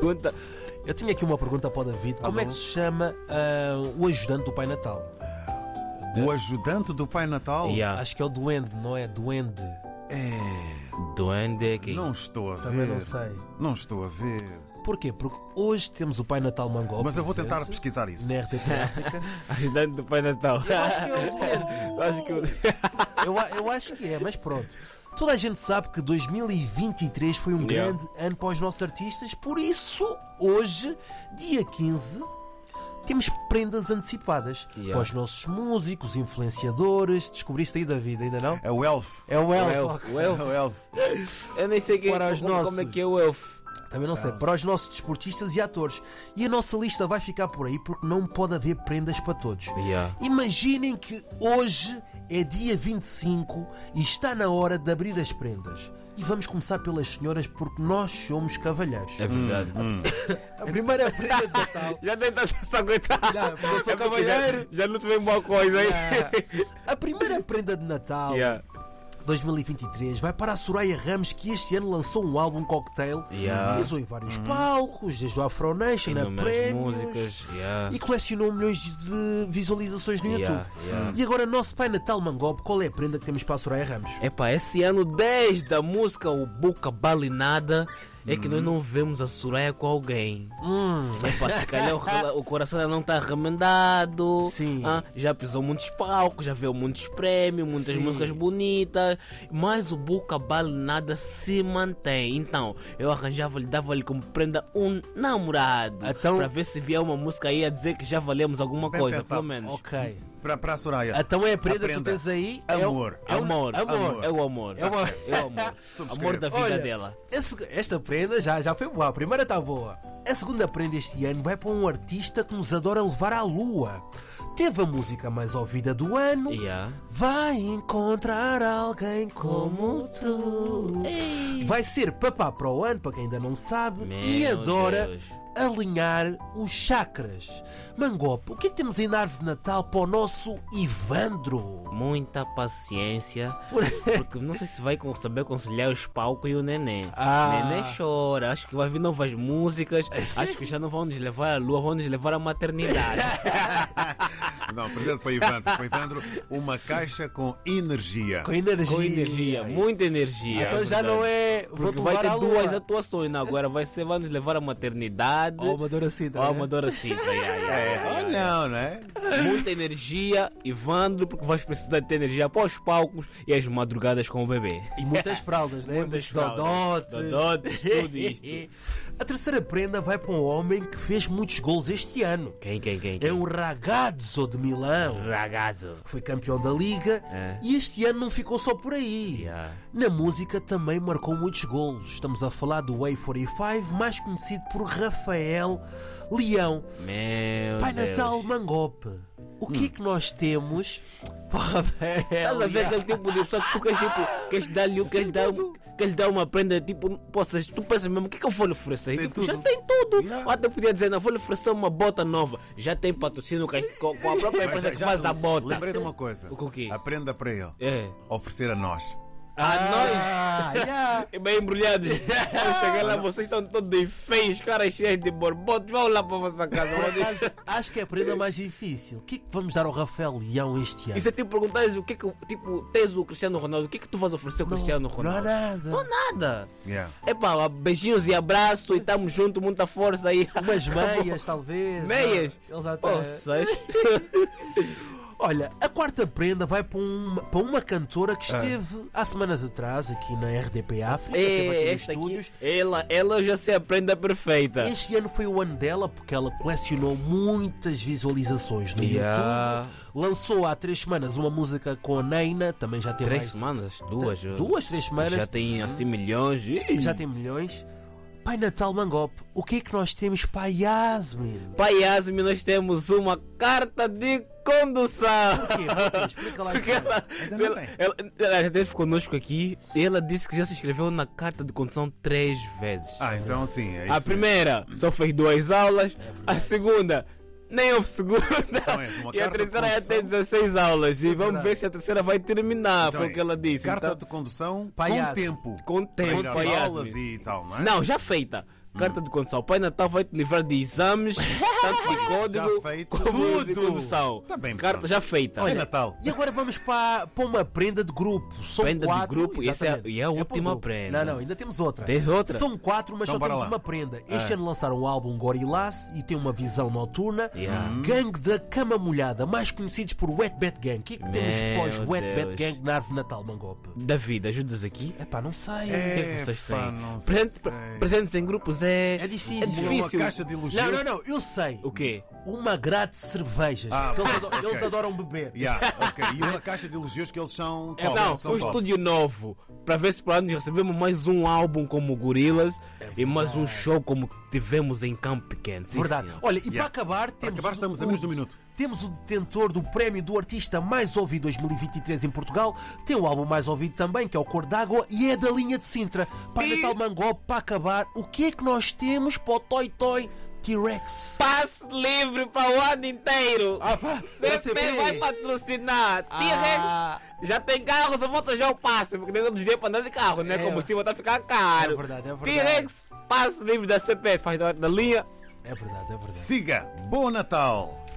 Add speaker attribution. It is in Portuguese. Speaker 1: pergunta. Eu tinha aqui uma pergunta para o David.
Speaker 2: Tá
Speaker 1: Como é que se chama ah, o ajudante do Pai Natal?
Speaker 3: Né?
Speaker 2: O ajudante do Pai Natal?
Speaker 3: Yeah.
Speaker 1: Acho que é o Duende, não é? Duende.
Speaker 3: Duende que
Speaker 2: Não estou a ver.
Speaker 1: Também não sei.
Speaker 2: Não estou a ver.
Speaker 1: Porquê? Porque hoje temos o Pai Natal Mangó.
Speaker 2: Mas eu vou
Speaker 1: presente Né?
Speaker 2: tentar pesquisar isso.
Speaker 1: Na RTP África.
Speaker 3: ajudante do Pai Natal.
Speaker 1: Eu acho que é o Duende.
Speaker 3: Acho que
Speaker 1: Eu, a- eu acho que é, mas pronto. Toda a gente sabe que 2023 foi um
Speaker 3: Yeah.
Speaker 1: grande ano para os nossos artistas, por isso, hoje, dia 15, temos prendas antecipadas
Speaker 3: Yeah.
Speaker 1: para os nossos músicos, influenciadores. Descobriste aí da vida, ainda não?
Speaker 2: É o elfo.
Speaker 1: É o
Speaker 3: o
Speaker 1: Elfo.
Speaker 3: elfo. O elfo.
Speaker 2: o elfo.
Speaker 3: Eu nem sei quem,
Speaker 1: Para os
Speaker 3: como, como é
Speaker 1: nossos.
Speaker 3: que é o Ah. elfo.
Speaker 1: Também não sei, para os nossos desportistas e atores. E a nossa lista vai ficar por aí porque não pode haver prendas para todos.
Speaker 3: Yeah.
Speaker 1: Imaginem que hoje é dia 25 e está na hora de abrir as prendas. E vamos começar pelas senhoras porque nós somos cavalheiros.
Speaker 3: É verdade.
Speaker 1: Hum.
Speaker 3: Hum.
Speaker 1: A primeira prenda de Natal.
Speaker 3: Já tentaste se aguentar.
Speaker 1: Não, porque eu sou
Speaker 3: É porque
Speaker 1: cavalheiro.
Speaker 3: já, já não te vem boa coisa aí.
Speaker 1: É. A primeira prenda de Natal
Speaker 3: Yeah.
Speaker 1: 2023 vai para a Soraya Ramos que este ano lançou um álbum cocktail.
Speaker 3: Yeah.
Speaker 1: Pisou em vários palcos, desde o Afro Nation a
Speaker 3: Inúmeras
Speaker 1: prémios.
Speaker 3: músicas. Yeah.
Speaker 1: E colecionou milhões de visualizações no
Speaker 3: Yeah, Hum.
Speaker 1: YouTube.
Speaker 3: yeah.
Speaker 1: E agora, nosso pai Natal Mangob, qual é a prenda que temos para a Soraya Ramos?
Speaker 3: Epá, esse ano 10 da música O Boca Balinada é que nós não vemos a Soraya com alguém.
Speaker 1: Hum.
Speaker 3: Epá, se calhar o, rela- o coração dela não está remendado.
Speaker 1: Sim.
Speaker 3: Ah, já pisou muitos palcos, já viu muitos prémios, muitas
Speaker 1: Sim.
Speaker 3: músicas bonitas. Mas o Boca Balinada se mantém. Então, eu arranjava-lhe, dava-lhe como prenda um namorado.
Speaker 1: Então-
Speaker 3: Para ver se vier uma música aí a dizer que já valemos alguma
Speaker 2: Bem
Speaker 3: coisa,
Speaker 2: pensado.
Speaker 3: pelo menos.
Speaker 1: Ok.
Speaker 2: Para, para a Soraya.
Speaker 1: Então é a prenda que tu
Speaker 2: Aprenda.
Speaker 1: tens aí. é o-
Speaker 2: Amor.
Speaker 1: É o-
Speaker 3: Amor,
Speaker 1: amor.
Speaker 3: amor, é o amor, é
Speaker 1: o amor.
Speaker 3: amor, É
Speaker 2: Subscrevo.
Speaker 3: amor da vida
Speaker 1: Olha,
Speaker 3: dela.
Speaker 1: esse- esta prenda já, já foi boa. A primeira está boa. A segunda prenda este ano vai para um artista que nos adora levar à lua. Teve a música mais ouvida do ano.
Speaker 3: Yeah.
Speaker 1: Vai encontrar alguém como tu. Vai ser papá para o ano, para quem ainda não sabe, e
Speaker 3: Meu
Speaker 1: adora
Speaker 3: Deus.
Speaker 1: alinhar os chakras. Mangopo, o que é que temos aí na árvore de Natal para o nosso Ivandro?
Speaker 3: Muita paciência, porque não sei se vai con- saber conciliar os palcos e o neném.
Speaker 1: Ah.
Speaker 3: Neném chora, acho que vai vir novas músicas, acho que já não vão nos levar à lua, vão nos levar à maternidade.
Speaker 2: Não, presente para o Ivandro. Para o Ivandro, uma caixa com energia.
Speaker 1: Com energia. É
Speaker 3: Com energia, muita energia.
Speaker 1: Então já não é. Vou
Speaker 3: Porque vai
Speaker 1: levar à
Speaker 3: ter
Speaker 1: lua.
Speaker 3: duas atuações, não, agora vai ser, vai nos levar à maternidade.
Speaker 1: Ó, Amadora Sintra.
Speaker 3: Ó,
Speaker 1: né?
Speaker 3: Amadora Sintra, yeah, yeah, yeah,
Speaker 2: Ah,
Speaker 3: yeah.
Speaker 2: não, não é?
Speaker 3: Muita energia, Ivandro, porque vais precisar de ter energia para os palcos e as madrugadas com o bebê.
Speaker 1: E muitas fraldas, né?
Speaker 3: Muitas
Speaker 1: Muitos dodotes.
Speaker 3: fraldas, dodotes, tudo isto.
Speaker 1: A terceira prenda vai para um homem que fez muitos gols este ano.
Speaker 3: Quem, quem, quem?
Speaker 1: É
Speaker 3: quem?
Speaker 1: o Ragazzo de Milão.
Speaker 3: Ragazzo.
Speaker 1: Foi campeão da Liga
Speaker 3: É.
Speaker 1: e este ano não ficou só por aí.
Speaker 3: Yeah.
Speaker 1: Na música também marcou muitos golos. Estamos a falar do Way 45, mais conhecido por Rafael Leão.
Speaker 3: Meu
Speaker 1: Pai
Speaker 3: Deus.
Speaker 1: Natal Mangope, o que é que nós temos para o Rafael?
Speaker 3: Hum. Estás a ver
Speaker 1: Leão?
Speaker 3: aquele tipo de pessoa que tu queres, tipo, queres dar-lhe queres dar, queres dar uma prenda, tipo, possas, tu pensas mesmo, o que, que eu vou lhe oferecer?
Speaker 2: Tem
Speaker 3: Tipo, já
Speaker 2: tudo.
Speaker 3: tem tudo.
Speaker 2: Yeah.
Speaker 3: Ou até podia dizer, não, vou lhe oferecer uma bota nova. Já tem patrocínio com a, com a própria
Speaker 2: Mas
Speaker 3: empresa
Speaker 2: já-
Speaker 3: que
Speaker 2: já
Speaker 3: faz a bota.
Speaker 2: Lembrei de uma coisa.
Speaker 3: O quê?
Speaker 2: Aprenda para ele.
Speaker 3: É.
Speaker 2: Oferecer a nós.
Speaker 3: A nós.
Speaker 1: Ah, yeah.
Speaker 3: E bem embrulhados. Quando chegar lá, vocês estão todos feios, caras cheios de borbotos. Vão lá para a vossa casa.
Speaker 1: Por
Speaker 3: vão dizer-
Speaker 1: acaso, acho que é a prenda mais difícil. O que é que vamos dar ao Rafael Leão este ano?
Speaker 3: Isso é tipo perguntares o que é que, tipo, tens o Cristiano Ronaldo, o que é que tu vais oferecer ao Cristiano
Speaker 1: não há
Speaker 3: Ronaldo?
Speaker 1: nada.
Speaker 3: Não, nada.
Speaker 2: Yeah.
Speaker 3: É pá, beijinhos e abraço e tamo junto, muita força aí.
Speaker 1: Umas meias, talvez.
Speaker 3: Meias?
Speaker 1: Não, é? Ele já tem.
Speaker 3: Poças.
Speaker 1: Olha, a quarta prenda vai para uma, para uma cantora que esteve há semanas atrás aqui na RDP África. esteve
Speaker 3: Ah. É,
Speaker 1: aqui nos
Speaker 3: esta
Speaker 1: estúdios.
Speaker 3: aqui, Ah. ela, ela já se aprende a perfeita.
Speaker 1: Este ano foi o ano dela porque ela colecionou muitas visualizações no
Speaker 3: Yeah.
Speaker 1: YouTube. Lançou há três semanas uma música com a Neina, também já tem
Speaker 3: Três
Speaker 1: mais
Speaker 3: semanas, duas.
Speaker 1: duas, três semanas,
Speaker 3: Já
Speaker 1: já,
Speaker 3: tem assim milhões. Ih.
Speaker 1: tem milhões. Pai Natal Mangop, o que é que nós temos para a Yasmin?
Speaker 3: Pai Yasmin, nós temos uma carta de condução.
Speaker 1: Porquê? Porquê? Explica lá
Speaker 3: Porque
Speaker 1: isso.
Speaker 3: ela,
Speaker 2: Ainda não
Speaker 3: ela,
Speaker 2: tem.
Speaker 3: ela, ela já esteve conosco aqui e ela disse que já se inscreveu na carta de condução três vezes.
Speaker 2: Ah, então sim, é isso. mesmo.
Speaker 3: a
Speaker 2: É
Speaker 3: primeira só fez duas aulas, a segunda nem houve segunda.
Speaker 2: Então és uma
Speaker 3: e a
Speaker 2: carta de
Speaker 3: terceira já tem
Speaker 2: condução.
Speaker 3: 16 aulas. E vamos
Speaker 1: verdade.
Speaker 3: ver se a terceira vai terminar,
Speaker 2: Então
Speaker 3: foi
Speaker 2: é
Speaker 3: o que ela disse.
Speaker 2: Carta
Speaker 3: Então,
Speaker 2: de condução
Speaker 1: Palhaço.
Speaker 2: com tempo.
Speaker 3: Com tempo,
Speaker 2: Para ir às
Speaker 3: palhaço.
Speaker 2: aulas e tal, não é?
Speaker 3: Não, já feita. Carta de condução. O Pai Natal vai te livrar de exames, tanto de código,
Speaker 2: feito.
Speaker 3: como de
Speaker 2: Tudo.
Speaker 3: condução.
Speaker 2: Tá bem,
Speaker 3: Carta
Speaker 2: pronto.
Speaker 3: já feita.
Speaker 2: Olha, Natal.
Speaker 1: E agora vamos para, para uma prenda de grupo. São
Speaker 3: Prenda de
Speaker 1: quatro,
Speaker 3: grupo, e essa é a-
Speaker 1: exatamente.
Speaker 3: e é a
Speaker 1: Já
Speaker 3: última
Speaker 1: apontou.
Speaker 3: prenda.
Speaker 1: Não, não, ainda temos outra.
Speaker 3: Tens outra?
Speaker 1: São quatro, mas
Speaker 2: Então
Speaker 1: só
Speaker 2: bora
Speaker 1: temos
Speaker 2: lá.
Speaker 1: uma prenda.
Speaker 3: Ah.
Speaker 1: Este ano lançaram o álbum Gorillaz e tem uma visão noturna.
Speaker 3: Yeah.
Speaker 1: Gang da Cama Molhada, mais conhecidos por Wet Bat Gang. O que é que temos
Speaker 3: Meu
Speaker 1: pós Wet Bat
Speaker 3: Deus.
Speaker 1: Gang na árvore de Natal, Mangope?
Speaker 3: David, ajudas aqui?
Speaker 1: Epá, não sei.
Speaker 3: O que é
Speaker 2: É,
Speaker 3: que vocês
Speaker 2: pá,
Speaker 3: têm?
Speaker 2: não
Speaker 3: Presente-
Speaker 2: sei.
Speaker 3: Presentes em grupos é.
Speaker 1: É difícil.
Speaker 3: É difícil.
Speaker 2: Uma caixa de elogios.
Speaker 1: Não, não, não, eu sei.
Speaker 3: O quê?
Speaker 1: Uma grade de cervejas.
Speaker 2: Ah,
Speaker 1: porque eles, adoram,
Speaker 2: ok.
Speaker 1: eles adoram beber.
Speaker 2: Yeah, ok. E uma caixa de elogios que eles são
Speaker 1: É,
Speaker 2: top.
Speaker 3: Então,
Speaker 2: são
Speaker 3: um
Speaker 2: top.
Speaker 3: estúdio novo, para ver se para ano recebemos mais um álbum como Gorilas
Speaker 1: É
Speaker 3: e mais um show como tivemos em Campo Pequeno. Sim,
Speaker 1: Verdade.
Speaker 3: senhor.
Speaker 1: Olha, e para
Speaker 2: Yeah.
Speaker 1: acabar, temos.
Speaker 2: acabar,
Speaker 1: o-
Speaker 2: estamos a
Speaker 1: o-
Speaker 2: menos de um minuto.
Speaker 1: Temos o detentor do prémio do artista mais ouvido 2023 em Portugal. Tem o álbum mais ouvido também, que é o Cor d'Água, e é da linha de Sintra. Para
Speaker 3: E-
Speaker 1: Natal Mangó, para acabar, o que é que nós temos para o Toy Toy T-Rex?
Speaker 3: Passe livre para o ano inteiro.
Speaker 1: Ah, pá,
Speaker 3: CP vai patrocinar.
Speaker 1: Ah.
Speaker 3: T-Rex já tem carros, a volta já é o passe, porque nem todo dia para andar de carro, né?
Speaker 1: É.
Speaker 3: Combustível tá ficando caro.
Speaker 1: É verdade, é verdade.
Speaker 3: T-Rex, passe livre da CP, faz da da linha.
Speaker 1: É verdade, é verdade.
Speaker 2: Siga. Bom Natal.